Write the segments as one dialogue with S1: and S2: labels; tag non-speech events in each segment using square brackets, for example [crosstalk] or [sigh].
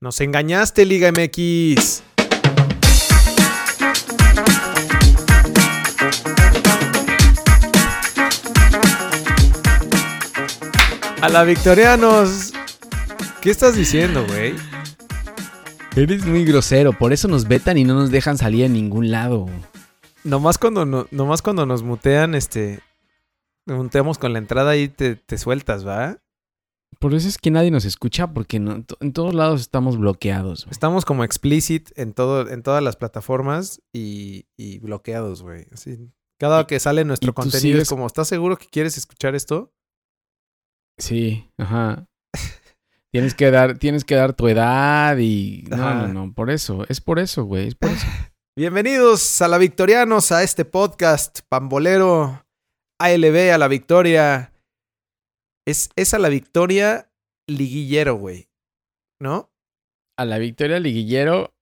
S1: Nos engañaste, Liga MX. A la Victorianos. ¿Qué estás diciendo, güey?
S2: Eres muy grosero, por eso nos vetan y no nos dejan salir a ningún lado.
S1: Nomás cuando, no, nomás cuando nos mutean, este. Muteamos con la entrada y te, te sueltas, ¿va?
S2: Por eso es que nadie nos escucha, porque no- to- en todos lados estamos bloqueados. güey.
S1: Estamos como explicit en todo, en todas las plataformas y, y bloqueados, güey. Así, Cada que sale nuestro
S2: y tú
S1: contenido es
S2: sigues-
S1: como, ¿estás seguro que quieres escuchar esto?
S2: Sí,
S1: [laughs]
S2: ajá. Tienes que dar, tienes que dar tu edad y. No,
S1: Ajá.
S2: no, no, por eso. Es por eso, güey. Es por eso.
S1: Bienvenidos a la Victorianos, a este podcast pambolero, ALB a la Victoria. Es, es a la Victoria liguillero, güey. ¿No?
S2: A la victoria liguillero,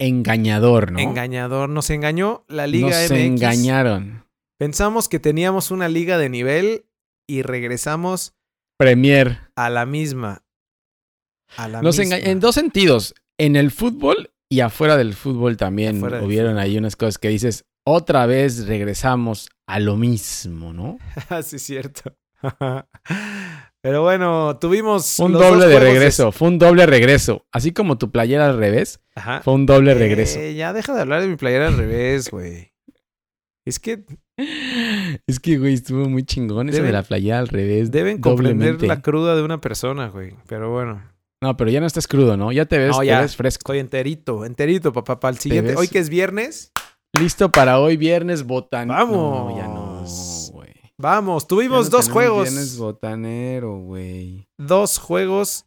S2: engañador, ¿no?
S1: Engañador. Nos engañó la Liga
S2: nos
S1: MX.
S2: engañaron.
S1: Pensamos que teníamos una liga de nivel y regresamos
S2: Premier.
S1: a la misma. A la
S2: Nos
S1: misma.
S2: enga- en dos sentidos, en el fútbol y afuera del fútbol también
S1: Afuera del
S2: hubieron ahí unas cosas que dices, otra vez regresamos a lo mismo, ¿no?
S1: [laughs] Ah, sí, cierto. [laughs] Pero bueno, tuvimos
S2: Un
S1: los dos
S2: doble de
S1: juegos
S2: regreso, fue un doble regreso. Así como tu playera al revés,
S1: Ajá.
S2: fue un doble regreso.
S1: Eh, ya deja de hablar de mi playera al revés, güey. Es que
S2: Es que, güey, estuvo muy chingón eso de
S1: Deben-
S2: la playera al revés.
S1: deben comprender
S2: doblemente.
S1: la cruda de una persona, güey. Pero bueno,
S2: No, pero ya no estás crudo, ¿no? Ya te ves,
S1: No,
S2: te
S1: ya.
S2: ves fresco.
S1: estoy enterito, enterito, papá. Para el siguiente,
S2: ves?
S1: hoy que es viernes,
S2: Listo para hoy, viernes botan. No, ya
S1: Vamos.
S2: no, güey. Ya
S1: vamos. Tuvimos
S2: no
S1: dos
S2: tenemos
S1: juegos.
S2: Viernes botanero, güey.
S1: Dos juegos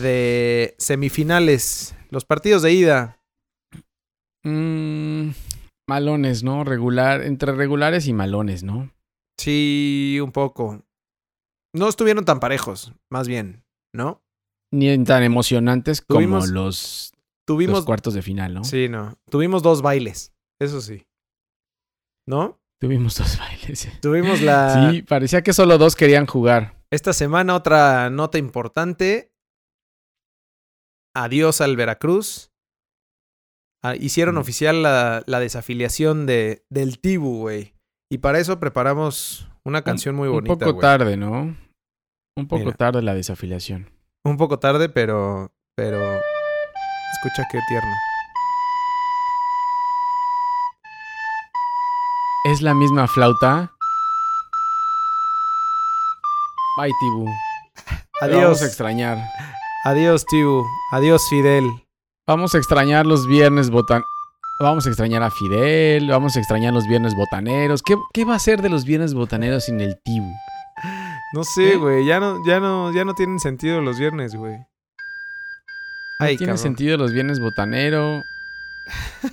S1: de semifinales. Los partidos de ida.
S2: Mm, malones, ¿no? Regular, entre regulares y malones, ¿no?
S1: Sí, un poco. No estuvieron tan parejos, más bien, ¿no?
S2: Ni tan emocionantes como
S1: Tuvimos-
S2: los, los
S1: Tuvimos
S2: cuartos de final, ¿no?
S1: Sí, no. Tuvimos dos bailes, eso sí. ¿No?
S2: Tuvimos dos [laughs] bailes.
S1: Tuvimos la...
S2: Sí, parecía que solo dos querían jugar.
S1: Esta semana otra nota importante. Adiós al Veracruz. Ah, hicieron
S2: Mm.
S1: oficial la, la desafiliación de, del Tibu, güey. Y para eso preparamos una canción muy
S2: Un
S1: bonita.
S2: poco
S1: güey.
S2: tarde, ¿no? Un poco
S1: Mira.
S2: tarde la desafiliación.
S1: Un poco tarde, pero... pero... Escucha qué tierno.
S2: Es la misma flauta. Bye, Tibu. Te Vamos a
S1: Adiós.
S2: extrañar.
S1: Adiós, Tibu. Adiós, Fidel.
S2: Vamos a extrañar los viernes botan. Vamos a extrañar a Fidel, vamos a extrañar los viernes botaneros. ¿Qué, qué va a ser de los viernes botaneros sin el Tibu?
S1: No sé,
S2: ¿Eh?
S1: güey. Ya no, ya no, ya no tienen sentido los viernes, güey.
S2: No
S1: Ay,
S2: tiene
S1: cabrón.
S2: sentido los viernes botanero.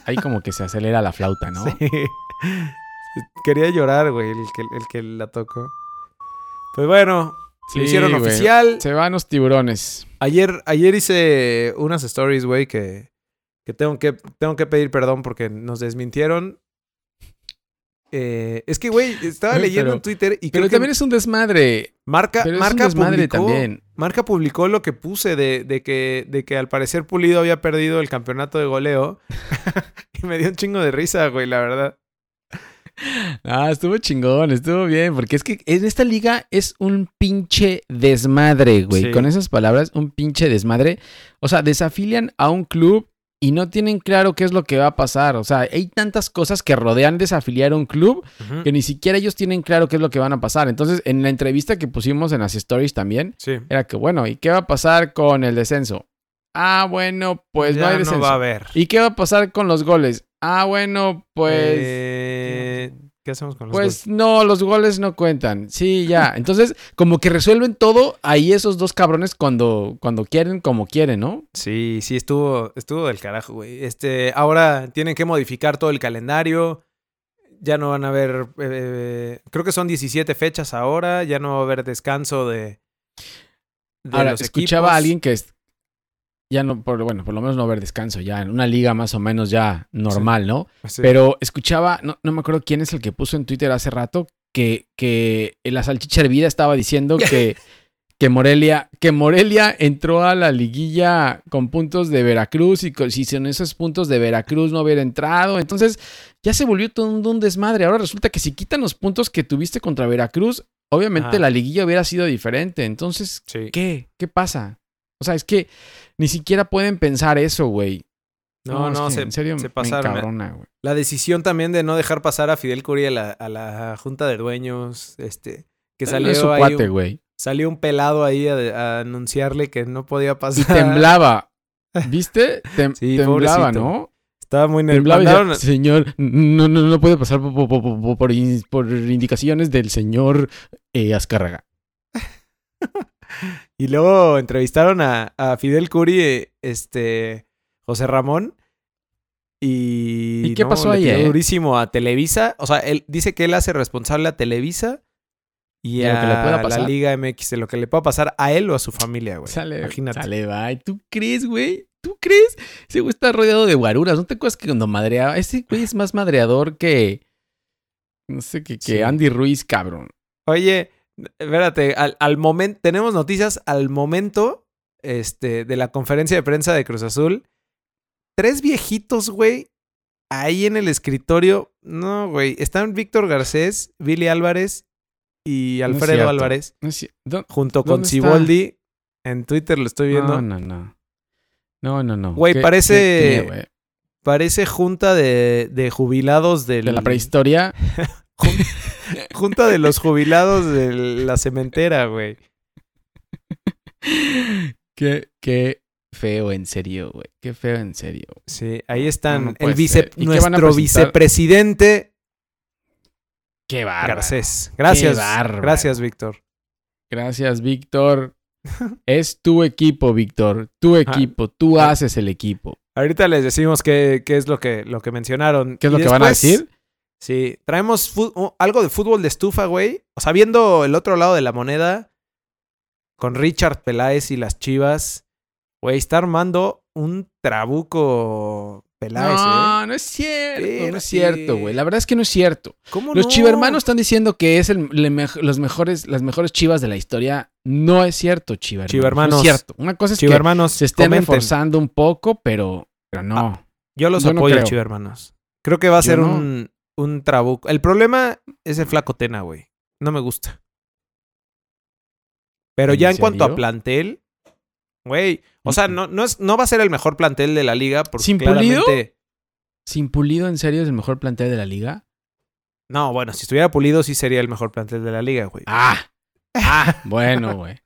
S2: Ahí como que se acelera la flauta, ¿no?
S1: [laughs] Sí. Quería llorar, güey, el que, el que la tocó. Pues bueno, se lo
S2: Sí,
S1: hicieron
S2: güey.
S1: oficial.
S2: Se van los tiburones.
S1: Ayer, ayer hice unas stories, güey, que, que, tengo que tengo que pedir perdón porque nos desmintieron. Eh, es que, güey, estaba
S2: Güey,
S1: leyendo
S2: [laughs] pero-
S1: en Twitter y creo
S2: Pero
S1: que
S2: también es un desmadre.
S1: marca,
S2: Pero es
S1: marca
S2: un desmadre
S1: publicó-
S2: también.
S1: Marca publicó lo que puse de, de que, de que al parecer Pulido había perdido el campeonato de goleo. y me dio un chingo de risa, güey, la verdad.
S2: Ah, estuvo chingón, estuvo bien. Porque es que en esta liga es un pinche desmadre, güey.
S1: Sí.
S2: Con esas palabras, un pinche desmadre. O sea, desafilian a un club y no tienen claro qué es lo que va a pasar. O sea, hay tantas cosas que rodean desafiliar a un club que ni siquiera ellos tienen claro qué es lo que van a pasar. Entonces, en la entrevista que pusimos en las stories también,
S1: Sí.
S2: era que, bueno, ¿y qué va a pasar con el descenso? Ah, bueno, pues no
S1: Ya
S2: hay descenso.
S1: va a haber.
S2: ¿Y qué va a pasar con los goles? Ah, bueno, pues...
S1: Eh, ¿Qué hacemos con los
S2: Pues no, los goles no cuentan. Sí,
S1: [laughs]
S2: ya. Entonces, como que resuelven todo ahí esos dos cabrones cuando, cuando quieren, como quieren, ¿no?
S1: dos? Sí, sí, estuvo, estuvo del carajo, güey. Este, ahora tienen que modificar todo el calendario. Ya no van a haber. eh, creo que son 17 fechas ahora. Ya no va a haber descanso de. de
S2: Ahora,
S1: los
S2: escuchaba
S1: equipos.
S2: a alguien que es- ya no, por, bueno, por lo menos no haber descanso, ya en una liga más o menos ya normal, ¿no?
S1: Sí.
S2: Pero escuchaba, no, no me acuerdo quién es
S1: [laughs]
S2: el que puso en Twitter hace rato que, que la salchicha hervida estaba diciendo que, que Morelia, que Morelia entró a la liguilla con puntos de Veracruz y con- si sin esos puntos de Veracruz no hubiera entrado. Entonces ya se volvió todo un, un desmadre. Ahora resulta que si quitan los puntos que tuviste contra Veracruz, obviamente
S1: Ajá.
S2: la liguilla hubiera sido diferente. Entonces,
S1: Sí.
S2: ¿qué? ¿Qué pasa? O sea, es que ni siquiera pueden pensar eso, güey.
S1: No, no,
S2: es que
S1: se,
S2: en serio
S1: se
S2: me
S1: pasaron. eh,
S2: encabrona, güey.
S1: La decisión también de no dejar pasar a Fidel Curi a la, a la junta de dueños, este, que salió
S2: Eh, Es su
S1: ahí
S2: cuate,
S1: un,
S2: [laughs] güey.
S1: salió un pelado ahí a, a anunciarle que no podía
S2: Y
S1: pasar.
S2: temblaba. ¿Viste? Tem-
S1: Sí,
S2: temblaba,
S1: pobrecito.
S2: ¿no?
S1: [laughs] Estaba muy
S2: Temblaba y
S1: nervioso.
S2: decía, señor, no, no, no puede pasar po- po- po- po- por, in- por indicaciones del señor eh, Azcárraga.
S1: Y luego entrevistaron a, a Fidel Curi, eh, este, José Ramón. Y,
S2: ¿Y qué
S1: no,
S2: pasó
S1: le
S2: ahí,
S1: tiró
S2: eh?
S1: durísimo a Televisa. O sea, él dice que él hace responsable a Televisa y
S2: De lo que le pueda
S1: a la
S2: pasar.
S1: Liga MX, de lo que le pueda pasar a él o a su familia, güey.
S2: Sale,
S1: Imagínate.
S2: sale, va. ¿Y ¿Tú crees, güey? ¿Tú crees? Ese güey está rodeado de guaruras. ¿No te acuerdas que cuando madreaba? Ese güey es más madreador que. No sé, que, que
S1: Sí.
S2: Andy Ruiz, cabrón.
S1: Oye, espérate, al, momento, tenemos noticias al momento este, de la conferencia de prensa de Cruz Azul. Tres viejitos, güey, ahí en el escritorio. No, güey, están Víctor Garcés, Billy Álvarez y
S2: No es
S1: Alfredo
S2: cierto.
S1: Álvarez,
S2: No es cier- ¿dó-
S1: junto con
S2: ¿Dónde está?
S1: Siboldi. En Twitter lo estoy viendo.
S2: No, no, no. No, no, no.
S1: Güey,
S2: ¿Qué-
S1: parece-
S2: qué tiene, güey?
S1: Parece junta de, de jubilados del-
S2: De la prehistoria.
S1: [laughs] Junta de los jubilados de la cementera, güey.
S2: qué, qué feo, en serio, güey. Qué feo, en serio.
S1: Sí, ahí están.
S2: no
S1: el
S2: puede
S1: vice-
S2: ser. ¿Y qué van a
S1: nuestro
S2: presentar?
S1: vicepresidente
S2: Qué bárbaro.
S1: Garcés. Gracias.
S2: Qué bárbaro.
S1: Gracias, Víctor. [laughs]
S2: Gracias, Víctor. Es tu equipo, Víctor. Tu equipo. Tú
S1: Ah.
S2: haces el equipo.
S1: Ahorita les decimos qué, qué es lo que, lo que mencionaron.
S2: ¿Qué es
S1: Y
S2: lo que van a
S1: después,
S2: decir?
S1: Sí, traemos fu- o- algo de fútbol de estufa, güey. O sea, viendo el otro lado de la moneda, con Richard Peláez y las chivas, güey, está armando un trabuco Peláez, ¿eh?
S2: No, no es cierto. No
S1: Espérate.
S2: es cierto, güey. La verdad es que no es cierto.
S1: ¿Cómo
S2: Los
S1: Oh, no?
S2: chivermanos están diciendo que es el, le mej- los mejores, las mejores chivas de la historia. No es cierto, chivermanos. No
S1: Chivermanos.
S2: es cierto. Una cosa es que
S1: Chivermanos,
S2: se estén
S1: comenten. Ah.
S2: reforzando un poco, pero, pero no.
S1: Yo los
S2: Yo no
S1: apoyo,
S2: creo.
S1: chivermanos. Creo que va a
S2: Yo
S1: ser
S2: no.
S1: un, un trabuco. El problema es el flaco Tena, güey. No me gusta. Pero
S2: ¿En
S1: ya en Mm. cuanto a
S2: serio?
S1: plantel, güey. O sea, no, no, es, no va a ser el mejor plantel de la liga porque
S2: ¿Sin Pulido?
S1: claramente.
S2: Sin Pulido, ¿en serio es el mejor plantel de la liga?
S1: No, bueno, si estuviera pulido, sí sería el mejor plantel de la liga, güey.
S2: Ah,
S1: [laughs]
S2: ah, bueno, güey.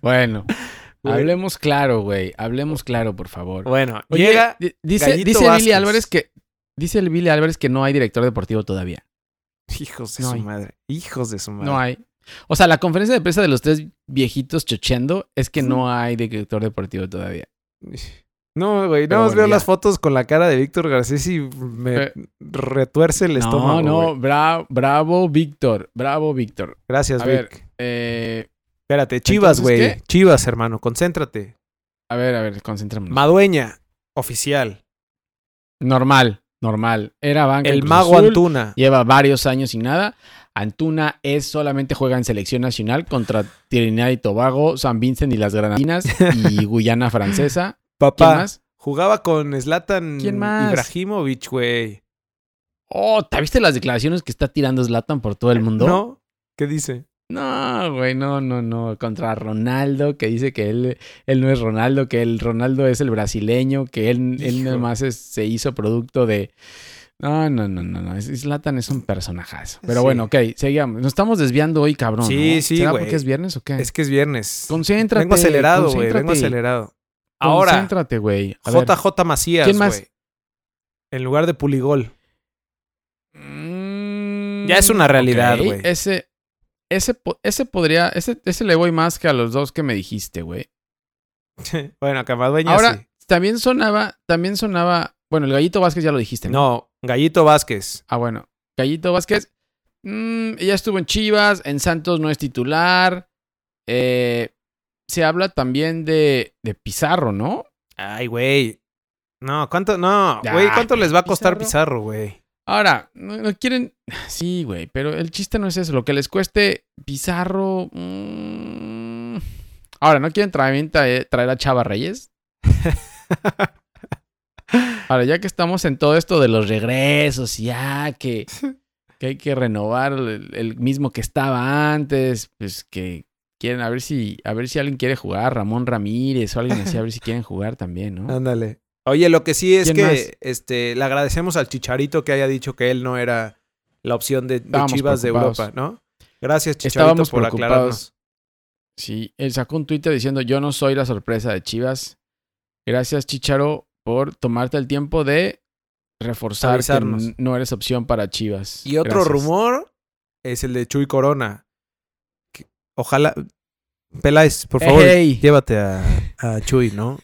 S2: Bueno,
S1: Güey.
S2: hablemos claro, güey. Hablemos claro, por favor.
S1: Bueno,
S2: Oye,
S1: llega.
S2: di- dice,
S1: Gallito
S2: dice Billy
S1: Vázquez.
S2: Álvarez que dice el Billy Álvarez que no hay director deportivo todavía.
S1: Hijos de
S2: No
S1: su
S2: hay.
S1: madre. Hijos de su madre.
S2: No hay. O sea, la conferencia de prensa de los tres viejitos chocheando es que no hay director deportivo todavía.
S1: No, güey.
S2: Pero
S1: No más
S2: bueno,
S1: veo
S2: ya.
S1: las fotos con la cara de Víctor Garcés y me
S2: Eh,
S1: retuerce el estómago.
S2: No, no,
S1: güey.
S2: bra- bravo, Víctor. Bravo, Víctor.
S1: Gracias,
S2: A
S1: Vic.
S2: ver, Eh,
S1: Espérate, Chivas,
S2: Entonces,
S1: güey.
S2: ¿qué?
S1: Chivas, hermano, concéntrate.
S2: a ver, a ver, concentrémonos.
S1: Madueña, oficial.
S2: normal, normal. Era banca. en
S1: El
S2: Cruz
S1: mago
S2: Azul.
S1: Antuna.
S2: lleva varios años y nada. Antuna es solamente juega en selección nacional contra Trinidad y Tobago, San Vincent y las Granadinas
S1: [laughs]
S2: y Guyana Francesa. ¿Quién
S1: Papá,
S2: más?
S1: jugaba con Zlatan
S2: ¿Quién más?
S1: Ibrahimovic, güey.
S2: Oh, ¿te viste las declaraciones que está tirando Zlatan por todo el mundo?
S1: ¿No? ¿Qué dice?
S2: No, güey, no, no, no. Contra Ronaldo, que dice que él, él no es Ronaldo, que el Ronaldo es el brasileño, que él, él
S1: Hijo.
S2: nada más es- se hizo producto de. No, no, no, no, no. es- Zlatan es un personajazo.
S1: Sí.
S2: Pero bueno, ok, seguimos. Nos estamos desviando hoy, cabrón.
S1: Sí,
S2: ¿no?
S1: sí,
S2: ¿Será
S1: güey.
S2: porque es viernes o qué?
S1: Es que es viernes.
S2: Eh. Concéntrate.
S1: Vengo acelerado, güey.
S2: concéntrate,
S1: Vengo acelerado. Ahora,
S2: Concéntrate, güey. A ver.
S1: JJ Macías,
S2: ¿Quién más?
S1: güey. En lugar de Puligol. [laughs]
S2: Mm,
S1: Ya es una realidad,
S2: ok,
S1: güey.
S2: Ese, ese, po- ese podría, ese, ese le voy más que a los dos que me dijiste, güey.
S1: bueno, que Madueña
S2: Ahora,
S1: sí.
S2: también sonaba, también sonaba, bueno, el Gallito Vázquez ya lo dijiste, ¿no?
S1: No, Gallito Vázquez.
S2: Ah, bueno, Gallito Vázquez, mm, ya estuvo en Chivas, en Santos no es titular, eh, se habla también de, de Pizarro, ¿no?
S1: Ay, güey. No, ¿cuánto? No, güey,
S2: Ah,
S1: ¿cuánto les va a costar
S2: Pizarro.
S1: Pizarro, güey?
S2: Ahora, no, no quieren. Sí, güey, pero el chiste no es eso. Lo que les cueste Pizarro. mm, Ahora, ¿no quieren también traer, traer a Chava Reyes? Ahora, ya que estamos en todo esto de los regresos, ya que, que hay que renovar el, el mismo que estaba antes, pues que quieren a ver si a ver si alguien quiere jugar, Ramón Ramírez o alguien así, a ver si quieren jugar también, ¿no?
S1: Ándale. Oye, lo que sí es
S2: ¿Quién
S1: que
S2: más?
S1: este, le agradecemos al Chicharito que haya dicho que él no era la opción de, de
S2: Estábamos
S1: Chivas de
S2: preocupados.
S1: Europa, ¿no? Gracias, Chicharito,
S2: Estábamos
S1: por
S2: preocupados.
S1: aclararnos.
S2: Sí, él sacó un Twitter diciendo, yo no soy la sorpresa de Chivas. Gracias, Chicharo, por tomarte el tiempo de reforzar que
S1: Avisarnos.
S2: n- no eres opción para Chivas.
S1: Y otro
S2: Gracias.
S1: rumor es el de Chuy Corona. Que- ojalá. Peláez, por
S2: Ey,
S1: favor,
S2: ey.
S1: llévate a, a Chuy,
S2: [laughs]
S1: ¿no?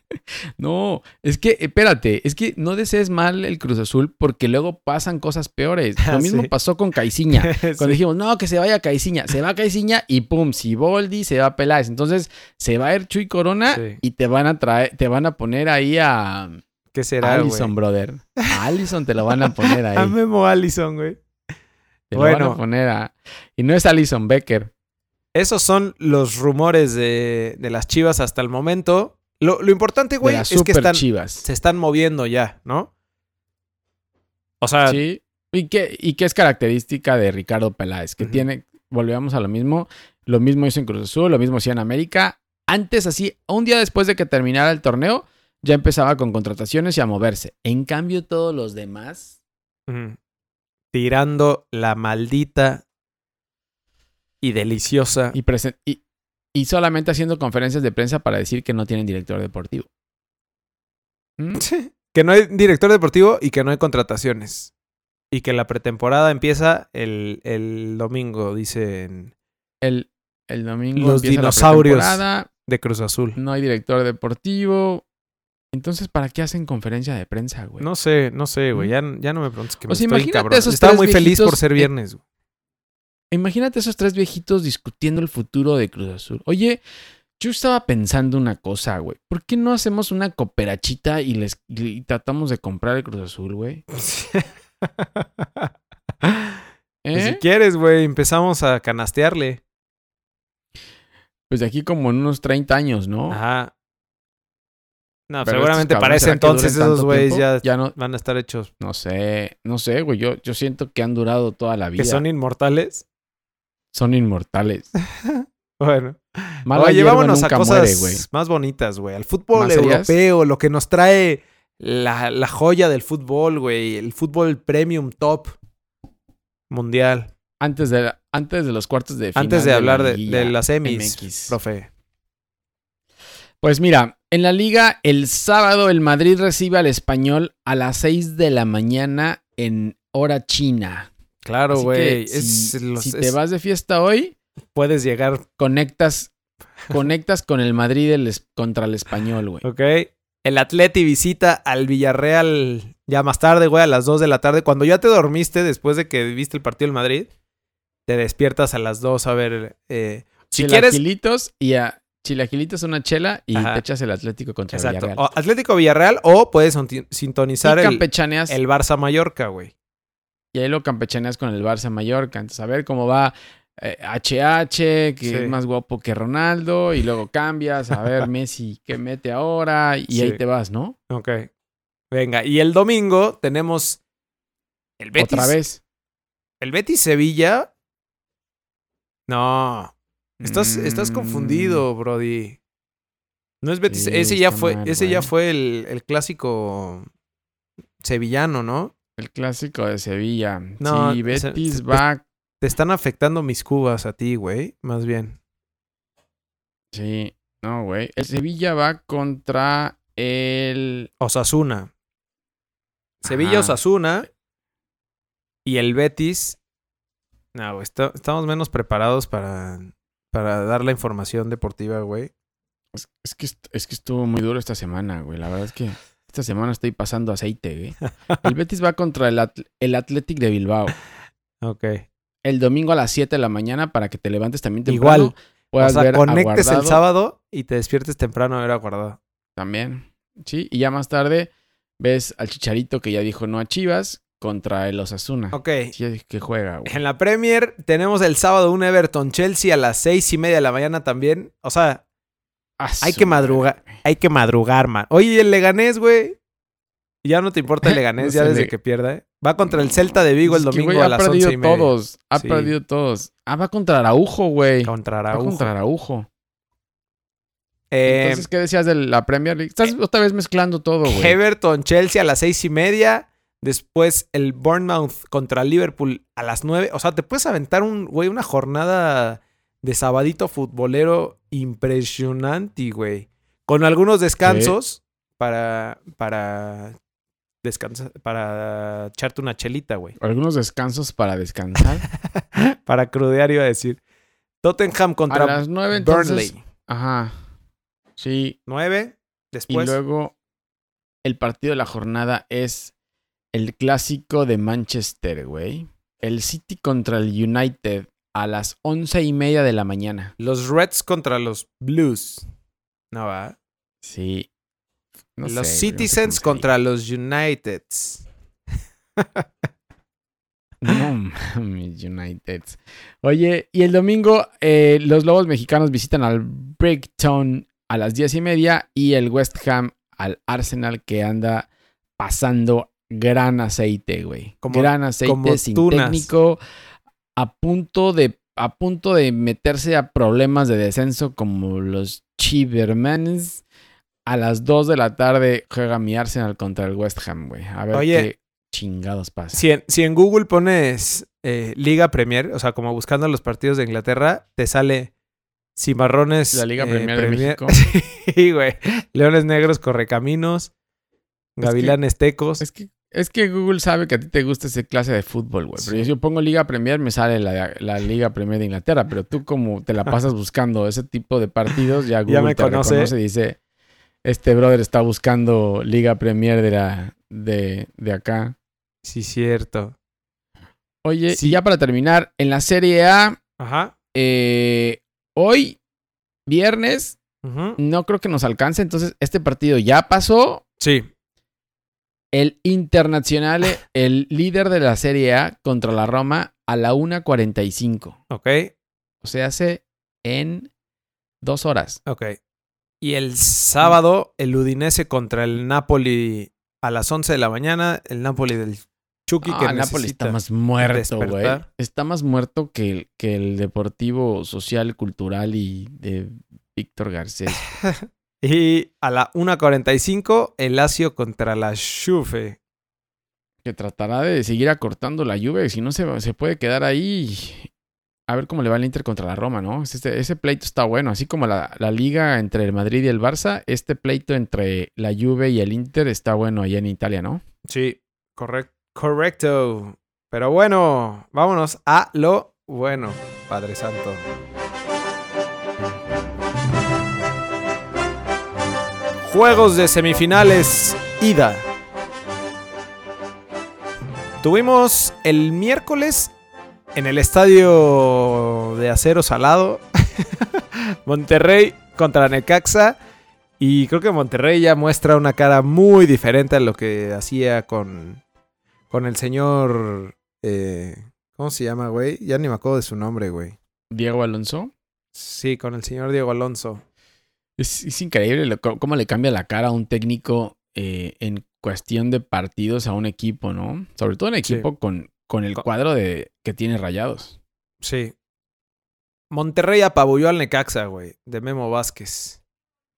S2: No, es que, espérate, es que no desees mal el Cruz Azul porque luego pasan cosas peores.
S1: [laughs] Ah,
S2: Lo mismo
S1: sí.
S2: pasó con Caiciña.
S1: [laughs]
S2: Cuando
S1: Sí.
S2: dijimos, no, que se vaya Caiciña, se va Caiciña y pum, si Boldi se va Peláez. Entonces se va a ir Chuy Corona
S1: Sí.
S2: y te van a traer, te van a poner ahí a
S1: ¿Qué será,
S2: Allison,
S1: güey?
S2: brother. A Allison te lo van
S1: [laughs]
S2: a poner
S1: A
S2: ahí.
S1: Memo Allison, güey.
S2: Te lo van
S1: Bueno.
S2: a poner a. Y no es Allison Becker.
S1: Esos son los rumores de, de las chivas hasta el momento. Lo, lo importante,
S2: De
S1: güey,
S2: las
S1: es que
S2: super
S1: están,
S2: chivas.
S1: se están moviendo ya, ¿no? O sea,
S2: Sí. ¿Y qué, y qué es característica de Ricardo Peláez? Que
S1: Ujú.
S2: tiene. Volvemos a lo mismo. Lo mismo hizo en Cruz Azul, lo mismo hacía en América. Antes, así, un día después de que terminara el torneo, ya empezaba con contrataciones y a moverse. En cambio, todos los demás.
S1: ujú, tirando la maldita y deliciosa.
S2: Y, presen- y, y solamente haciendo conferencias de prensa para decir que no tienen director deportivo. ¿Mm?
S1: que no hay director deportivo y que no hay contrataciones. Y que la pretemporada empieza el, el domingo, dicen,
S2: El, el domingo.
S1: Los
S2: empieza la
S1: dinosaurios.
S2: pretemporada.
S1: de Cruz Azul.
S2: No hay director deportivo. Entonces, ¿para qué hacen conferencia de prensa, güey?
S1: No sé, no sé, güey. Ya, ya no me preguntes que me
S2: O sea,
S1: estoy
S2: imagínate
S1: cabrón.
S2: esos
S1: Estaba
S2: tres
S1: muy feliz por
S2: viejitos
S1: ser
S2: en-
S1: viernes.
S2: [laughs]
S1: güey.
S2: Imagínate esos tres viejitos discutiendo el futuro de Cruz Azul. Oye, yo estaba pensando una cosa, güey. ¿Por qué no hacemos una cooperachita y les y tratamos de comprar el Cruz Azul, güey?
S1: Pues Si
S2: ¿Eh?
S1: quieres, güey, empezamos a canastearle.
S2: Pues de aquí como en unos 30 años, ¿no?
S1: Ajá. No,
S2: Pero
S1: seguramente
S2: estos
S1: para
S2: cabrones,
S1: ese
S2: ¿será que
S1: entonces
S2: duren
S1: esos
S2: tanto
S1: güeyes
S2: tiempo?
S1: ya,
S2: Ya no,
S1: van a estar hechos.
S2: no sé, no sé, güey. Yo, yo siento que han durado toda la vida.
S1: ¿Que son inmortales? [laughs]
S2: Son inmortales.
S1: Bueno.
S2: Mala
S1: Oye,
S2: hierba
S1: vámonos a
S2: nunca
S1: cosas
S2: muere, güey.
S1: más bonitas, güey. Al fútbol
S2: ¿Más serias?
S1: europeo, lo que nos trae la, la joya del fútbol, güey. El fútbol premium top mundial.
S2: Antes de, la- antes de los cuartos de final.
S1: Antes de
S2: la
S1: hablar de,
S2: liguilla.
S1: de las semis,
S2: MX.
S1: profe.
S2: Pues mira, en la liga el sábado el Madrid recibe al español a las 6 de la mañana en hora china.
S1: Claro,
S2: Así que
S1: güey.
S2: si,
S1: Es- los-
S2: si te
S1: es-
S2: vas de fiesta hoy,
S1: Puedes llegar,
S2: conectas, conectas con el Madrid el es- contra el español, güey.
S1: ¿ok? El Atleti visita al Villarreal ya más tarde, güey, a las 2 de la tarde. Cuando ya te dormiste después de que viste el partido del Madrid, te despiertas a las 2 a ver... eh, si quieres,
S2: Chilaquilitos y a chilaquilitos una chela y
S1: Ajá.
S2: te echas el Atlético contra el
S1: Exacto.
S2: Villarreal.
S1: O Atlético Villarreal o puedes sonti-
S2: Y
S1: sintonizar el,
S2: campechaneas
S1: el Barça Mallorca, güey.
S2: Y ahí lo campechaneas con el Barça Mallorca. Entonces, a ver cómo va eh, HH, que
S1: Sí.
S2: es más guapo que Ronaldo, y luego cambias,
S1: [laughs]
S2: a ver Messi, ¿qué mete ahora? Y
S1: Sí.
S2: ahí te vas, ¿no?
S1: Ok. Venga, y el domingo tenemos el Betis.
S2: Otra vez.
S1: El Betis Sevilla. No. Estás, estás
S2: Mm,
S1: confundido, Brody. No es Betis.
S2: Sí,
S1: ese ya
S2: está
S1: fue,
S2: mal,
S1: ese ya
S2: güey.
S1: fue el, el clásico sevillano, ¿no?
S2: El clásico de Sevilla.
S1: No,
S2: sí,
S1: ese-
S2: Betis
S1: ese-
S2: va.
S1: Te están afectando mis cubas a ti, güey. Más bien.
S2: Sí, no, güey. El Sevilla va contra el.
S1: Osasuna. Sevilla
S2: Ajá.
S1: Osasuna y el Betis. No, güey, está- estamos menos preparados para, para dar la información deportiva, güey.
S2: Es, es que, est- es que estuvo muy duro esta semana, güey. La verdad es que esta semana estoy pasando aceite, güey.
S1: [laughs]
S2: El Betis va contra el, Atl- el Athletic de Bilbao.
S1: Ok.
S2: el domingo a las 7 de la mañana para que te levantes también temprano.
S1: Igual. O
S2: Puedas
S1: sea,
S2: ver a
S1: conectes el
S2: Guardado
S1: sábado y te despiertes temprano a ver a Guardado.
S2: También. Sí, y ya más tarde ves al Chicharito que ya dijo no a Chivas contra el Osasuna.
S1: Ok.
S2: Sí, es que juega, güey.
S1: En la Premier tenemos el sábado un Everton Chelsea a las seis y media de la mañana también. O sea,
S2: Ah,
S1: Hay
S2: su
S1: que
S2: madre.
S1: madrugar, hay que madrugar, man. Oye, ¿y el Leganés, güey. Ya no te importa el Leganés,
S2: [laughs] No sé,
S1: ya desde
S2: le-
S1: que pierda, ¿eh? Va contra el Celta de Vigo el
S2: Es que,
S1: domingo
S2: güey,
S1: a las
S2: Ha
S1: once y
S2: perdido
S1: media.
S2: todos. Ha
S1: Sí.
S2: perdido todos. Ah, va contra Araujo, güey.
S1: Contra
S2: Va
S1: Araujo.
S2: contra Araujo.
S1: Eh,
S2: Entonces, ¿qué decías de la Premier League? Estás otra vez mezclando todo, güey.
S1: Everton, Chelsea a las seis y media. Después el Bournemouth contra Liverpool a las nueve. O sea, te puedes aventar un, güey, una jornada de sabadito futbolero impresionante, güey. Con algunos descansos para, para descansar, para echarte una chelita, güey. [laughs]
S2: Algunos descansos para descansar.
S1: Para crudear iba a decir. Tottenham [laughs]
S2: A
S1: contra
S2: las nueve, entonces.
S1: Burnley.
S2: Ajá. Sí,
S1: Nueve.
S2: Y
S1: Después.
S2: luego el partido de la jornada es el clásico de Manchester, güey. El City contra el United a las once y media de la mañana.
S1: Los Reds contra los Blues. No va.
S2: Sí. No sé, güey, no
S1: los
S2: sé
S1: Citizens
S2: cómo se
S1: contra los Uniteds.
S2: diga. No [laughs] mames, United. Oye, y el domingo eh, los Lobos mexicanos visitan al Brighton a las diez y media y el West Ham al Arsenal que anda pasando gran aceite, güey.
S1: Como-
S2: gran aceite
S1: como
S2: sin
S1: tunas.
S2: técnico a punto de a punto de meterse a problemas de descenso como los Chivermanes. A las 2 de la tarde juega mi Arsenal contra el West Ham, güey. A ver
S1: Oye.
S2: qué chingados pasa.
S1: Si en, si en Google pones eh, Liga Premier, o sea, como buscando los partidos de Inglaterra, te sale Cimarrones.
S2: La Liga
S1: eh,
S2: Premier
S1: [laughs]
S2: de México.
S1: sí, güey. Leones Negros, Correcaminos.
S2: que-
S1: Gavilanes Tecos.
S2: Es que, es que Google sabe que a ti te gusta esa clase de fútbol, güey. Pero
S1: Sí.
S2: si yo pongo Liga Premier, me sale la, la Liga Premier de Inglaterra. Pero tú, como te
S1: [laughs]
S2: la pasas buscando ese tipo de partidos, ya Google
S1: me
S2: te
S1: conoce.
S2: reconoce y dice: Este brother está buscando Liga Premier de, la, de, de acá.
S1: Sí, cierto.
S2: Oye,
S1: Sí.
S2: y ya para terminar, en la Serie A,
S1: Ajá.
S2: eh, hoy, viernes,
S1: ujú.
S2: no creo que nos alcance. Entonces, este partido ya pasó.
S1: Sí.
S2: El Internacional, eh,
S1: [laughs]
S2: el líder de la Serie A contra la Roma a la 1.45.
S1: Ok.
S2: O sea, hace en dos horas.
S1: Ok. Y el sábado, el Udinese contra el Napoli a las 11 de la mañana. El Napoli del Chucky que
S2: Ah, Napoli
S1: necesita.
S2: está más muerto, güey.
S1: despertar.
S2: Está más muerto que el, que el Deportivo Social, Cultural y de Víctor Garcés.
S1: Y a la 1.45, el Lazio contra la Juve.
S2: Que tratará de seguir acortando la lluvia. Si no, se, va- se puede quedar ahí. A ver cómo le va el Inter contra la Roma, ¿no? Este- ese pleito está bueno. Así como la, la liga entre el Madrid y el Barça, este pleito entre la Juve y el Inter está bueno allá en Italia, ¿no?
S1: Sí, correcto. correcto. Pero bueno, vámonos a lo bueno, Padre Santo. Juegos de semifinales, ida. Tuvimos el miércoles en el estadio de acero salado, [laughs] Monterrey contra Necaxa. Y creo que Monterrey ya muestra una cara muy diferente a lo que hacía con, con el señor... eh, ¿Cómo se llama, güey? Ya ni me acuerdo de su nombre, güey.
S2: Diego Alonso.
S1: Sí, con el señor Diego Alonso.
S2: Es, es increíble lo- cómo cómo le cambia la cara a un técnico eh, en cuestión de partidos a un equipo, ¿no? Sobre todo un
S1: Sí.
S2: equipo con, con el
S1: Con-
S2: cuadro de, que tiene rayados.
S1: Sí. Monterrey apabulló al Necaxa, güey, de Memo Vázquez.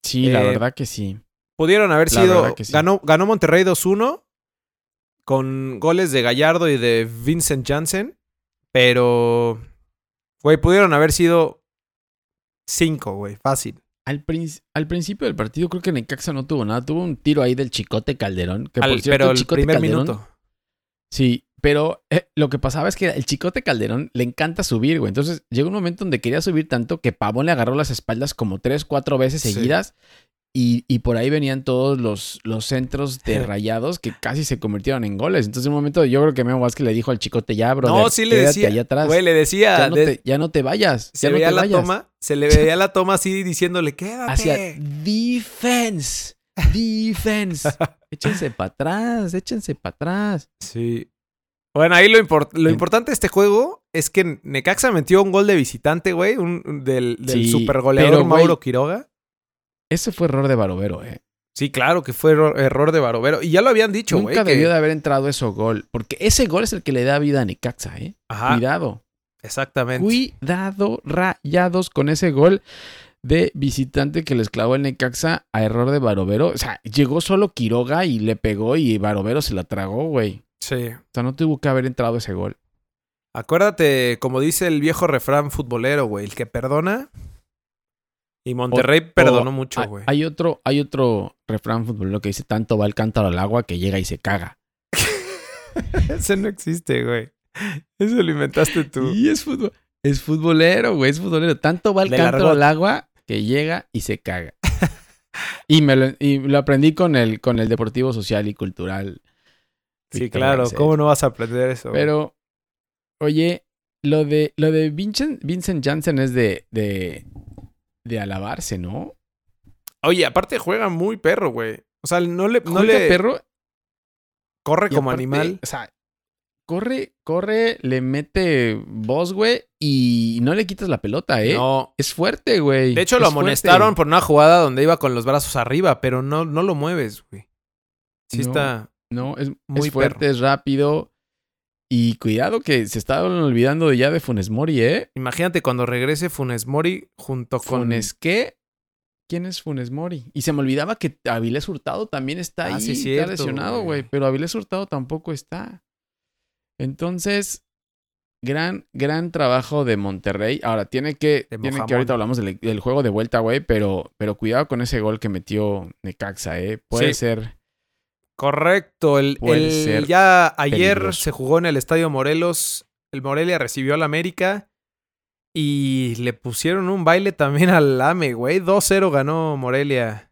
S2: Sí, la
S1: Eh,
S2: verdad que sí.
S1: Pudieron haber
S2: La
S1: sido...
S2: verdad que sí.
S1: ganó, ganó Monterrey 2-1 con goles de Gallardo y de Vincent Janssen. Pero... Güey, pudieron haber sido 5, güey, fácil.
S2: Al, princ- al principio del partido creo que Necaxa no tuvo nada, tuvo un tiro ahí del Chicote Calderón, que
S1: Al-
S2: por cierto,
S1: pero
S2: el
S1: el
S2: Chicote
S1: primer
S2: Calderón,
S1: minuto.
S2: Sí, pero eh, lo que pasaba es que el Chicote Calderón le encanta subir, güey. Entonces llegó un momento donde quería subir tanto que Pavón le agarró las espaldas como tres, cuatro veces
S1: Sí.
S2: seguidas. Y, y por ahí venían todos los, los centros
S1: [laughs]
S2: de rayados que casi se convirtieron en goles. Entonces, en un momento, yo creo que Memo Vázquez le dijo al chicote, ya, bro,
S1: No, sí le decía.
S2: allá atrás.
S1: Güey, le decía.
S2: ya, no
S1: de-
S2: te, ya no te vayas.
S1: se
S2: ya no
S1: veía
S2: te
S1: la
S2: vayas.
S1: toma. Se
S2: [laughs]
S1: le veía la toma así diciéndole, quédate.
S2: hacia
S1: [laughs]
S2: defense, defense. échense para atrás, échense para atrás.
S1: Sí. Bueno, ahí lo, import- lo
S2: En-
S1: importante de este juego es que Necaxa metió un gol de visitante, güey. Un, un- del del
S2: Sí,
S1: supergoleador
S2: pero, güey,
S1: Mauro Quiroga.
S2: Ese fue error de Barovero, ¿eh?
S1: Sí, claro que fue error, error de Barovero. Y ya lo habían dicho, güey.
S2: Nunca
S1: que-
S2: debió de haber entrado ese gol. Porque ese gol es el que le da vida a Necaxa, ¿eh?
S1: Ajá,
S2: Cuidado.
S1: exactamente.
S2: Cuidado, rayados con ese gol de visitante que les clavó el Necaxa a error de Barovero. O sea, llegó solo Quiroga y le pegó y Barovero se la tragó, güey.
S1: Sí.
S2: O sea, no tuvo que haber entrado ese gol.
S1: Acuérdate, como dice el viejo refrán futbolero, güey, el que perdona. Y Monterrey perdonó mucho,
S2: Hay-
S1: güey.
S2: Ah, Hay otro, hay otro refrán futbolero que dice tanto va el cántaro al agua que llega y se caga.
S1: Ese no existe, güey. Eso lo inventaste tú.
S2: Y es fútbol, es futbolero, güey, es futbolero. Tanto va el
S1: Del
S2: cántaro
S1: argot.
S2: al agua que llega y
S1: [laughs]
S2: se caga. y me lo, y lo aprendí con el, con el Deportivo Social y Cultural.
S1: Sí,
S2: Víctor
S1: claro.
S2: Garcés.
S1: ¿Cómo no vas a aprender eso? güey?
S2: Pero, oye, lo de, lo de Vincent, Vincent Janssen es de, de, de alabarse, ¿no?
S1: Oye, aparte juega muy perro, güey. O sea, no le, no
S2: Juega
S1: le
S2: perro
S1: corre
S2: Y
S1: como
S2: aparte,
S1: animal.
S2: O sea, corre, corre, le mete voz, güey, y no le quitas la pelota, ¿eh?
S1: No.
S2: Es fuerte, güey.
S1: De hecho, lo
S2: Es fuerte.
S1: amonestaron por una jugada donde iba con los brazos arriba, pero no, no lo mueves, güey. Sí
S2: No.
S1: está.
S2: No, es muy
S1: Muy
S2: fuerte,
S1: perro.
S2: es rápido. Y cuidado que se estaban olvidando de ya de Funes Mori, ¿eh?
S1: Imagínate cuando regrese Funes Mori junto con.
S2: Funes, ¿qué? ¿Quién es Funes Mori? Y se me olvidaba que Avilés Hurtado también está
S1: Ah,
S2: ahí,
S1: sí,
S2: está
S1: cierto,
S2: lesionado,
S1: güey.
S2: güey, pero Avilés Hurtado tampoco está. Entonces, gran, gran trabajo de Monterrey. Ahora, tiene que,
S1: De
S2: tiene
S1: Mojamón.
S2: que ahorita hablamos del, del juego de vuelta, güey, pero, pero cuidado con ese gol que metió Necaxa, ¿eh? Puede
S1: Sí.
S2: ser.
S1: Correcto. El,
S2: Puede
S1: el-
S2: ser
S1: ya ayer
S2: peligroso.
S1: se jugó en el Estadio Morelos. El Morelia recibió al América. Y le pusieron un baile también al AME, güey. 2-0 ganó Morelia.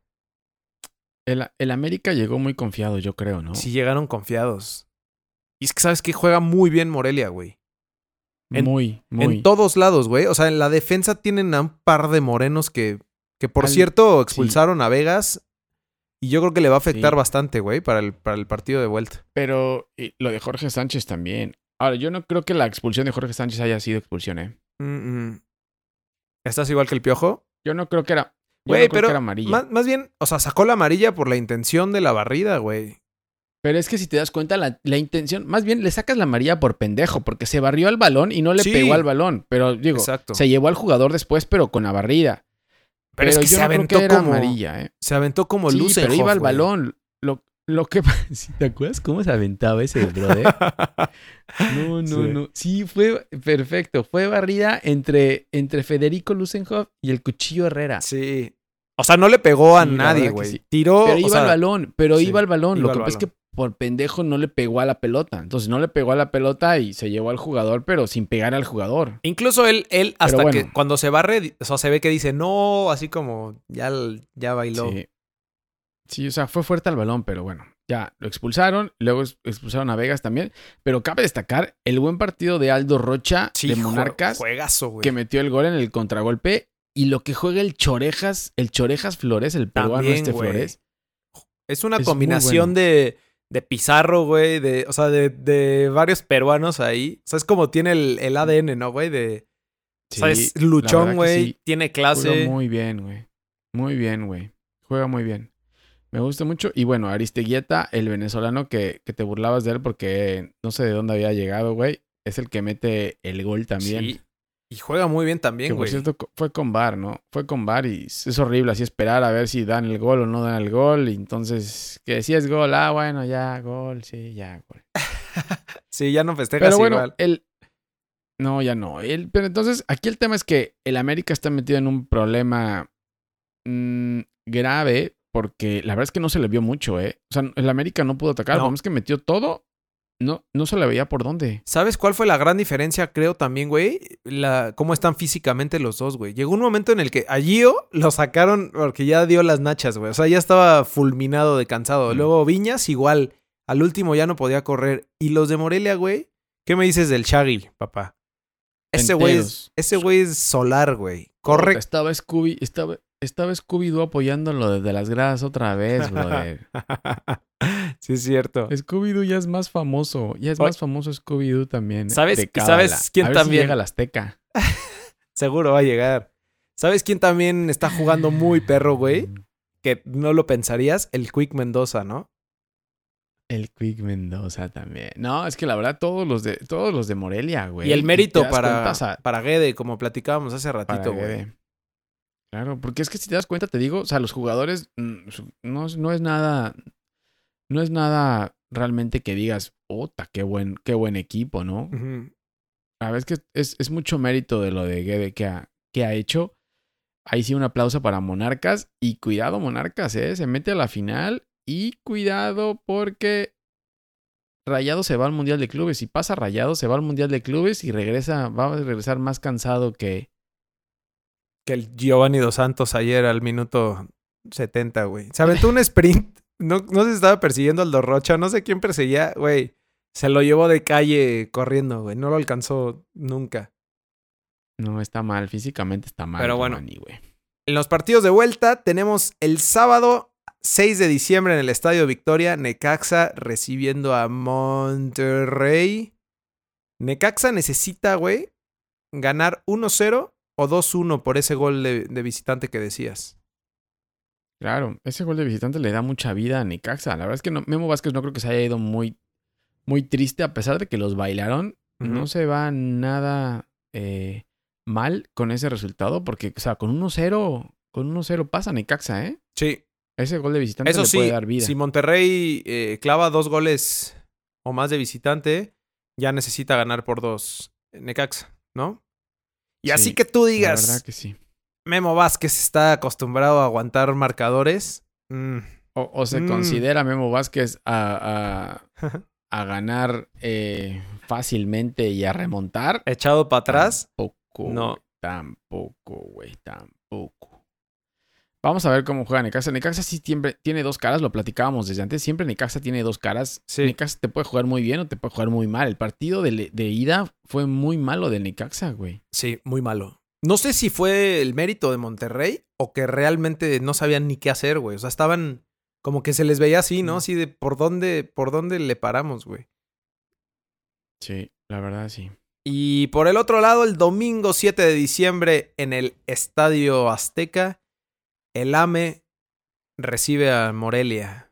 S2: El, el América llegó muy confiado, yo creo, ¿no?
S1: Sí llegaron confiados. Y es que sabes que juega muy bien Morelia, güey. en-
S2: muy, muy.
S1: En todos lados, güey. O sea, en la defensa tienen a un par de morenos que, que por
S2: Al-
S1: cierto, expulsaron a Vegas. Y yo creo que le va a afectar
S2: Sí.
S1: bastante, güey, para el, para el partido de vuelta.
S2: Pero y lo de Jorge Sánchez también. Ahora, yo no creo que la expulsión de Jorge Sánchez haya sido expulsión, ¿eh?
S1: Mm, mm. ¿Estás igual que el piojo?
S2: Yo no creo que era. yo
S1: Güey,
S2: no creo
S1: pero
S2: que era amarilla.
S1: Más, más bien, o sea, sacó la amarilla por la intención de la barrida, güey.
S2: Pero es que si te das cuenta, la, la intención, más bien le sacas la amarilla por pendejo, porque se barrió al balón y no le
S1: Sí.
S2: pegó al balón. Pero digo,
S1: Exacto.
S2: se llevó al jugador después, pero con la barrida.
S1: pero, es que
S2: yo
S1: se
S2: no
S1: aventó
S2: creo que era
S1: como.
S2: amarilla, ¿eh?
S1: Se aventó como
S2: sí,
S1: luz.
S2: pero iba al balón. Lo, lo que. [laughs] si ¿Te acuerdas cómo se aventaba ese
S1: [laughs]
S2: brother? No, no,
S1: Sí.
S2: no. Sí, fue perfecto. Fue barrida entre, entre Federico Lusenhoff y el Cuchillo Herrera.
S1: sí. O sea, no le pegó a
S2: Sí, la
S1: nadie,
S2: verdad que
S1: güey.
S2: sí.
S1: Tiró.
S2: Pero
S1: Oh, o
S2: iba
S1: sea,
S2: al balón, pero
S1: sí,
S2: iba al balón.
S1: iba
S2: Lo que
S1: al
S2: pasa es
S1: balón.
S2: que por pendejo no le pegó a la pelota. Entonces no le pegó a la pelota y se llevó al jugador, pero sin pegar al jugador.
S1: Incluso él, él hasta
S2: bueno.
S1: que cuando se barre, di- o sea, se ve que dice no, así como ya, ya bailó.
S2: Sí. Sí, o sea, fue fuerte al balón, pero bueno, ya lo expulsaron. Luego ex- expulsaron a Vegas también. Pero cabe destacar el buen partido de Aldo Rocha
S1: Sí,
S2: de
S1: jue-
S2: Monarcas
S1: Juegazo, güey.
S2: que metió el gol en el contragolpe. Y lo que juega el Chorejas, el Chorejas Flores, el peruano
S1: También,
S2: este
S1: güey.
S2: Flores.
S1: Es una
S2: es muy
S1: combinación
S2: bueno.
S1: de, de Pizarro, güey, de, o sea, de, de varios peruanos ahí. O sea, es como tiene el, el ADN, ¿no, güey? De, o sea,
S2: Sí,
S1: es
S2: la
S1: luchón,
S2: verdad que
S1: güey,
S2: sí.
S1: tiene
S2: Jugó
S1: clase.
S2: muy bien, güey. Muy bien, güey. Juega muy bien. Me gusta mucho. Y bueno, Aristeguieta, el venezolano que, que te burlabas de él porque no sé de dónde había llegado, güey. Es el que mete el gol también.
S1: Sí. Y juega muy bien
S2: que
S1: también,
S2: por
S1: güey.
S2: cierto co- fue con VAR, ¿no? Fue con VAR y es es horrible así esperar a ver si dan el gol o no dan el gol. Y entonces, que si es gol, ah, bueno, ya, gol, sí, ya, gol.
S1: Sí, ya no festejas
S2: Pero bueno,
S1: igual.
S2: el. No, ya no. El- pero entonces, aquí el tema es que el América está metido en un problema mm, grave porque la verdad es que no se le vio mucho, ¿eh? O sea, el América no pudo atacar.
S1: No.
S2: Vamos que metió todo. No, no se le veía por dónde.
S1: ¿Sabes cuál fue la gran diferencia, creo, también, güey? La, cómo están físicamente los dos, güey. Llegó un momento en el que a Gio lo sacaron porque ya dio las nachas, güey. O sea, ya estaba fulminado de cansado.
S2: Mm.
S1: Luego Viñas, igual. Al último ya no podía correr. Y los de Morelia, güey. ¿Qué me dices del Shaggy, papá? Ese güey es,
S2: Enteros.
S1: ese güey es solar, güey. Corre.
S2: Estaba Scooby, estaba, estaba Scooby-Doo apoyándolo desde las gradas
S1: [laughs]
S2: otra vez, brother.
S1: sí, es cierto.
S2: Scooby-Doo ya es más famoso. Ya es
S1: Oye.
S2: más famoso Scooby-Doo también. ¿eh?
S1: ¿Sabes-
S2: De
S1: sabes
S2: cábala.
S1: quién
S2: a ver si
S1: también?
S2: llega la Azteca. Mm.
S1: Seguro va a llegar. ¿Sabes quién también está jugando muy perro, güey? que no lo pensarías, el Quick Mendoza, ¿no?
S2: El Quick Mendoza también. No, es que la verdad, todos los de, todos los de Morelia, güey.
S1: y el mérito
S2: te das
S1: para,
S2: cuenta, o sea,
S1: para Guede, como platicábamos hace
S2: para
S1: ratito, güey.
S2: Guede. Claro, porque es que si te das cuenta, te digo, o sea, los jugadores mm, su- no, es- no es nada. No es nada realmente que digas, ota, qué buen, qué buen equipo, ¿no?
S1: Ujú.
S2: La verdad Ah, es que es, es mucho mérito de lo de Guede que ha, que ha hecho. Ahí sí un aplauso para Monarcas. Y cuidado, Monarcas, ¿eh? Se mete a la final. Y cuidado porque Rayado se va al Mundial de Clubes. Si pasa Rayado, se va al Mundial de Clubes y regresa, va a regresar más cansado que...
S1: Que el Giovanni Dos Santos ayer al minuto 70, güey. Se aventó [laughs] un sprint. No, no se estaba persiguiendo al Dorrocha, no sé quién perseguía, güey. Se lo llevó de calle corriendo, güey. No lo alcanzó nunca.
S2: No, está mal. Físicamente está mal.
S1: Pero bueno.
S2: Giovanni, güey.
S1: En los partidos de vuelta tenemos el sábado 6 de diciembre en el Estadio Victoria, Necaxa recibiendo a Monterrey. Necaxa necesita, güey, ganar 1-0 o 2-1 por ese gol de, de visitante que decías.
S2: Claro, ese gol de visitante le da mucha vida a Necaxa. La verdad es que no- Memo Vázquez no creo que se haya ido muy, muy triste, a pesar de que los bailaron. no
S1: Ujú.
S2: se va nada eh, mal con ese resultado, porque, o sea, con 1-0, con 1-0 pasa Necaxa, ¿eh?
S1: Sí,
S2: Ese gol de visitante
S1: eso
S2: le
S1: sí,
S2: puede dar vida.
S1: si Monterrey eh, clava dos goles o más de visitante, ya necesita ganar por dos eh, Necaxa, ¿no? Y
S2: Sí,
S1: así que tú digas,
S2: La verdad que sí.
S1: Memo Vázquez está acostumbrado a aguantar marcadores. Mm.
S2: O, o se
S1: Mm.
S2: considera Memo Vázquez
S1: [laughs]
S2: a, a- a ganar eh, fácilmente y a remontar.
S1: Echado para atrás.
S2: Tampoco.
S1: No.
S2: güey, Tampoco, güey, tampoco. Vamos a ver cómo juega Necaxa. Necaxa sí siempre tiene dos caras, lo platicábamos desde antes. Siempre Necaxa tiene dos caras.
S1: Sí.
S2: Necaxa te puede jugar muy bien o te puede jugar muy mal. El partido de, le- de ida fue muy malo de Necaxa, güey.
S1: Sí, muy malo. No sé si fue el mérito de Monterrey o que realmente no sabían ni qué hacer, güey. O sea, estaban como que se les veía así, ¿no?
S2: Mm.
S1: Así de por dónde, por dónde le paramos, güey.
S2: Sí, la verdad sí.
S1: Y por el otro lado, el domingo 7 de diciembre en el Estadio Azteca, el AME recibe a Morelia.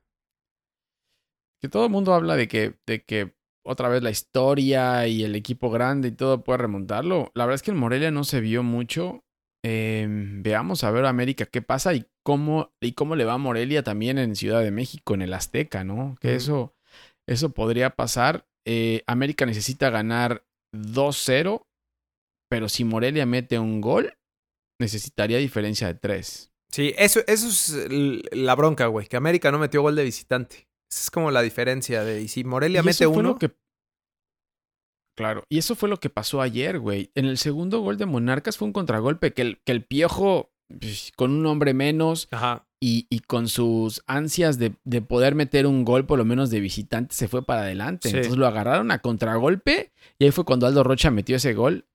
S2: Que todo el mundo habla de que, de que otra vez la historia y el equipo grande y todo puede remontarlo. La verdad es que en Morelia no se vio mucho. Eh, veamos a ver América qué pasa y cómo, y cómo le va a Morelia también en Ciudad de México, en el Azteca, ¿no? Que
S1: Ujú.
S2: eso, eso podría pasar. Eh, América necesita ganar 2-0, pero si Morelia mete un gol, necesitaría diferencia de 3.
S1: Sí, eso, eso es l- la bronca, güey. Que América no metió gol de visitante. Esa es como la diferencia de. Y si Morelia mete uno.
S2: que... Claro, y eso fue lo que pasó ayer, güey. En el segundo gol de Monarcas fue un contragolpe que el, que el Piojo, pues, con un hombre menos,
S1: Ajá.
S2: y, y con sus ansias de, de poder meter un gol, por lo menos de visitante, se fue para adelante.
S1: Sí.
S2: Entonces lo agarraron a contragolpe y ahí fue cuando Aldo Rocha metió ese gol.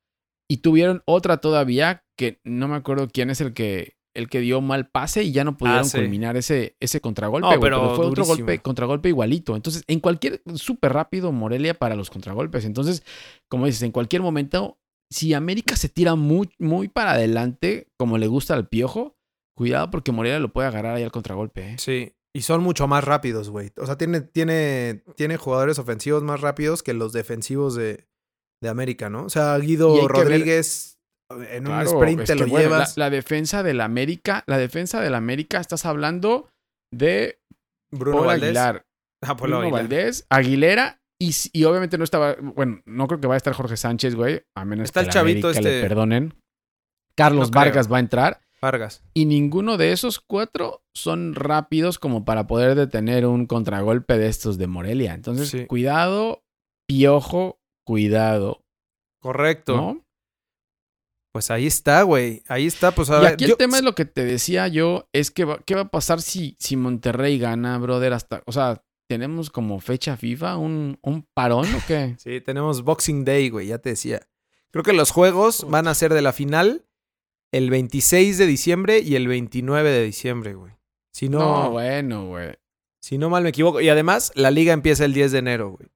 S2: Y tuvieron otra todavía que no me acuerdo quién es el que, el que dio mal pase y ya no pudieron
S1: Ah, sí.
S2: culminar ese, ese contragolpe.
S1: No,
S2: güey,
S1: pero
S2: pero, fue otro
S1: durísimo.
S2: golpe, contragolpe igualito. Entonces, en cualquier, súper rápido Morelia para los contragolpes. Entonces, como dices, en cualquier momento, si América se tira muy, muy para adelante, como le gusta al piojo, Cuidado porque Morelia lo puede agarrar ahí al contragolpe. ¿eh?
S1: Sí. Y son mucho más rápidos, güey. O sea, tiene, tiene, tiene jugadores ofensivos más rápidos que los defensivos de, de América, ¿no? O sea,
S2: Y hay
S1: Guido
S2: que ver-
S1: Rodríguez en
S2: Claro,
S1: un sprint
S2: es
S1: te
S2: que,
S1: lo
S2: bueno, la-
S1: llevas.
S2: la, defensa del América, la defensa del América, estás hablando de
S1: Bruno
S2: Paul
S1: Valdés.
S2: Aguilar,
S1: Ah, Paul
S2: Bruno
S1: Aguilar.
S2: Valdés, Aguilera y, s- y obviamente no estaba, bueno, no creo que vaya a estar Jorge Sánchez, güey, a menos
S1: Está
S2: que
S1: el
S2: la
S1: chavito
S2: América le
S1: este.
S2: perdonen. Carlos
S1: No creo.
S2: Vargas va a entrar
S1: Vargas.
S2: y ninguno de esos cuatro son rápidos como para poder detener un contragolpe de estos de Morelia. Entonces,
S1: Sí.
S2: cuidado, piojo, cuidado,
S1: Correcto.
S2: ¿no?
S1: Pues ahí está, güey. Ahí está, pues a
S2: Y
S1: ver,
S2: aquí
S1: yo-
S2: el tema es lo que te decía yo, es que va- qué va a pasar si, si Monterrey gana, brother, hasta, o sea, tenemos como fecha FIFA, un, un parón o qué?
S1: Sí, tenemos Boxing Day, güey, ya te decía. Creo que los juegos van a ser de la final el 26 de diciembre y el 29 de diciembre, güey. Si [laughs] no,
S2: No, bueno, güey.
S1: si no mal me equivoco. Y además, la liga empieza el 10 de enero, güey.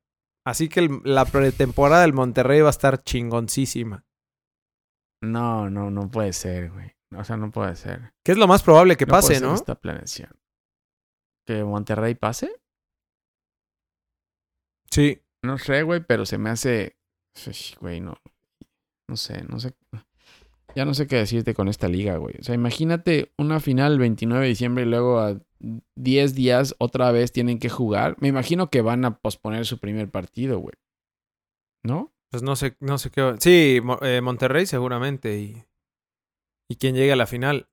S1: Así que el- la pretemporada del Monterrey va a estar chingoncísima.
S2: No, no, no puede ser, güey. O sea, no puede ser.
S1: Que es lo más probable que
S2: No puede
S1: pase,
S2: ser
S1: ¿no?
S2: Esta planeación. ¿Que Monterrey pase?
S1: Sí.
S2: No sé, güey, pero se me hace. Ush, Güey, no. No sé, no sé. Ya no sé qué decirte con esta liga, güey. O sea, imagínate una final el 29 de diciembre y luego a 10 días otra vez tienen que jugar. Me imagino que van a posponer su primer partido, güey. ¿No?
S1: Pues no sé, no sé qué. va- Sí, Mo- eh, Monterrey seguramente. Y, y quien llegue a la final.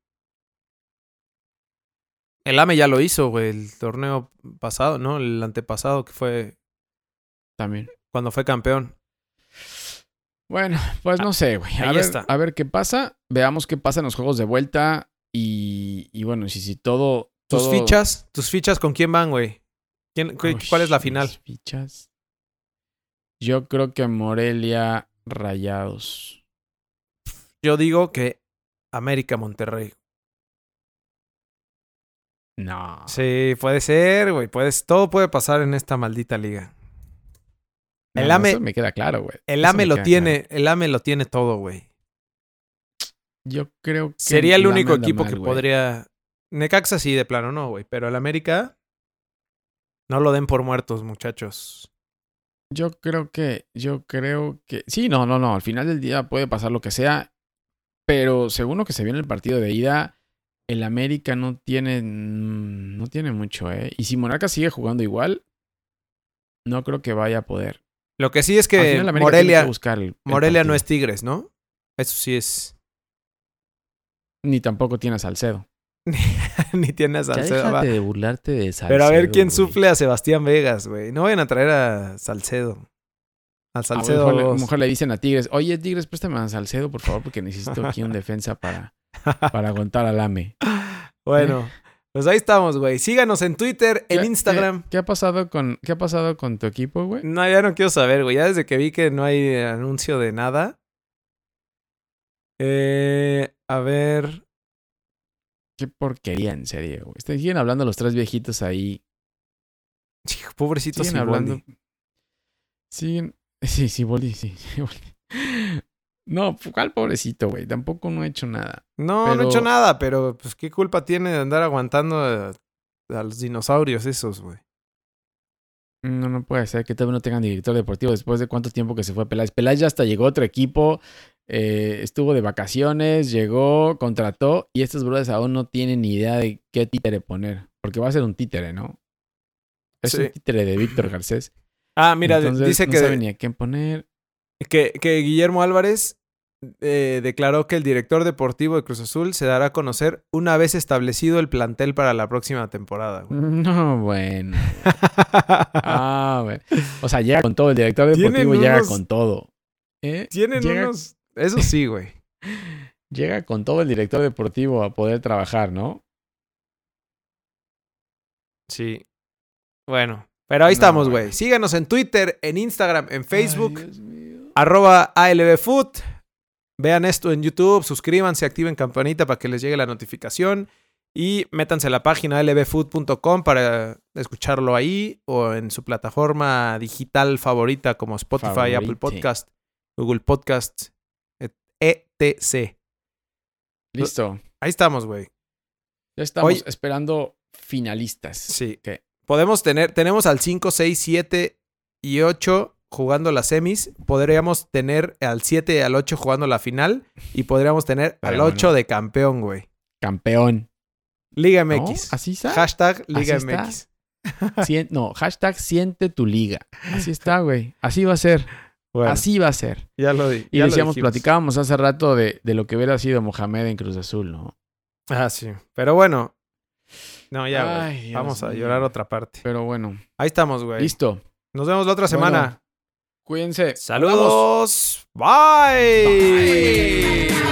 S1: El AME ya lo hizo, güey, el torneo pasado, ¿no? El antepasado que fue
S2: También.
S1: cuando fue campeón.
S2: Bueno, pues no sé, güey. A,
S1: Ah, ahí
S2: ver-
S1: está.
S2: a ver qué pasa. Veamos qué pasa en los juegos de vuelta. Y, y bueno, si, si todo.
S1: ¿Tus
S2: todo-
S1: fichas? ¿Tus fichas con quién van, güey? ¿Quién, cu-
S2: Uy,
S1: ¿Cuál es la
S2: mis
S1: final?
S2: fichas. Yo creo que Morelia Rayados.
S1: Yo digo que América Monterrey.
S2: No.
S1: Sí, puede ser, güey. Puedes, todo puede pasar en esta maldita liga.
S2: No,
S1: el
S2: no,
S1: AME-
S2: eso me queda claro, güey.
S1: El
S2: Eso
S1: AME
S2: me
S1: lo
S2: queda
S1: tiene, el AME lo tiene todo, güey.
S2: claro. Yo creo que.
S1: Sería el
S2: AME
S1: único
S2: anda
S1: equipo
S2: mal,
S1: que
S2: güey.
S1: podría. Necaxa sí, de plano no, güey. Pero el América. No lo den por muertos, muchachos.
S2: Yo creo que. Yo creo que. Sí, no, no, no. Al final del día puede pasar lo que sea. Pero según lo que se vio en el partido de ida, el América no tiene. mm, No tiene mucho, ¿eh? Y si Monarca sigue jugando igual, no creo que vaya a poder.
S1: Lo que sí es
S2: Al
S1: que
S2: final, América tiene
S1: Morelia,
S2: que buscar el- el
S1: Morelia no
S2: partido.
S1: es Tigres, ¿no? Eso sí es. [laughs]
S2: Ni tampoco tiene a Salcedo.
S1: Ni tiene a Salcedo. va.
S2: de burlarte de Salcedo.
S1: Pero a ver quién suple a Sebastián Vegas, güey. No vayan a traer a Salcedo. Al Salcedo.
S2: A lo mejor, le- a lo
S1: dos.
S2: mejor le dicen a Tigres, oye Tigres, préstame a Salcedo, por favor, porque necesito aquí un defensa para,
S1: [laughs]
S2: para aguantar al AME. eh.
S1: Bueno, pues ahí estamos, güey. Síganos en Twitter,
S2: ¿Qué-
S1: en Instagram.
S2: ¿Qué, qué ha pasado con, ¿Qué ha pasado con tu equipo, güey?
S1: No, ya no quiero saber, güey. Ya desde que vi que no hay anuncio de nada. Eh, a ver.
S2: Qué porquería, en serio, güey. Están- Siguen hablando los tres viejitos ahí.
S1: Hijo, Pobrecito
S2: Siguen
S1: Siboldi.
S2: hablando. Siguen. [laughs] Sí, sí, Boldi, sí. Siboldi. [laughs] No, ¿cuál pobrecito, güey? Tampoco no ha hecho nada.
S1: No, no he
S2: Pero-
S1: hecho nada, pero pues qué culpa tiene de andar aguantando a, a los dinosaurios esos, güey.
S2: No, no puede ser que todavía no tengan director deportivo después de cuánto tiempo que se fue Peláez. Peláez ya hasta llegó a otro equipo, eh, estuvo de vacaciones, llegó, contrató y estos brothers aún no tienen ni idea de qué títere poner. Porque va a ser un títere, ¿no? Es
S1: Sí.
S2: un títere de Víctor Garcés.
S1: Ah, [laughs] mira, de-
S2: Entonces,
S1: dice
S2: no
S1: que,
S2: saben ni a quién poner. [laughs]
S1: que, que Guillermo Álvarez eh, declaró que el director deportivo de Cruz Azul se dará a conocer una vez establecido el plantel para la próxima temporada,
S2: [laughs]
S1: güey.
S2: No, bueno. Ah, bueno. O sea, llega con todo. El director
S1: Tienen
S2: deportivo llega
S1: unos-
S2: con todo. ¿Eh?
S1: Tienen
S2: Llega-
S1: unos. Eso sí, güey.
S2: Llega con todo el director deportivo a poder trabajar, ¿no?
S1: Sí. Bueno, pero ahí
S2: No,
S1: estamos,
S2: bueno.
S1: güey. Síganos en Twitter, en Instagram, en Facebook,
S2: Ay, Dios mío.
S1: arroba ALBFood. Vean esto en YouTube, suscríbanse, activen campanita para que les llegue la notificación. Y métanse a la página lbfood.com para escucharlo ahí o en su plataforma digital favorita como Spotify, Apple
S2: Favorite.
S1: Podcast, Google Podcast, et- etc.
S2: Listo.
S1: Ahí estamos, güey.
S2: Ya estamos
S1: Oye-
S2: esperando finalistas.
S1: Sí.
S2: Ok.
S1: Podemos tener, tenemos al 5, 6, 7 y 8 jugando las semis. Podríamos tener al 7 y al 8 jugando la final. Y podríamos tener al
S2: Pero
S1: 8 de campeón, güey.
S2: Campeón.
S1: Liga
S2: ¿No?
S1: MX.
S2: Así [laughs] está.
S1: Hashtag Liga
S2: Así está.
S1: MX.
S2: Sien- no, hashtag siente tu liga. Así está, güey. Así va a ser.
S1: Bueno,
S2: Así va a ser.
S1: ya lo di-
S2: Y
S1: ya lo
S2: decíamos,
S1: dijimos.
S2: platicábamos hace rato de, de lo que hubiera sido Mohamed en Cruz Azul, ¿no?
S1: Ah, sí. Pero bueno. No, ya, güey.
S2: Ay, Dios
S1: Vamos a
S2: mío.
S1: llorar otra parte.
S2: Pero bueno,
S1: Ahí estamos, güey.
S2: listo.
S1: Nos vemos la otra semana.
S2: Bueno, cuídense.
S1: Saludos. Bye.
S2: Bye.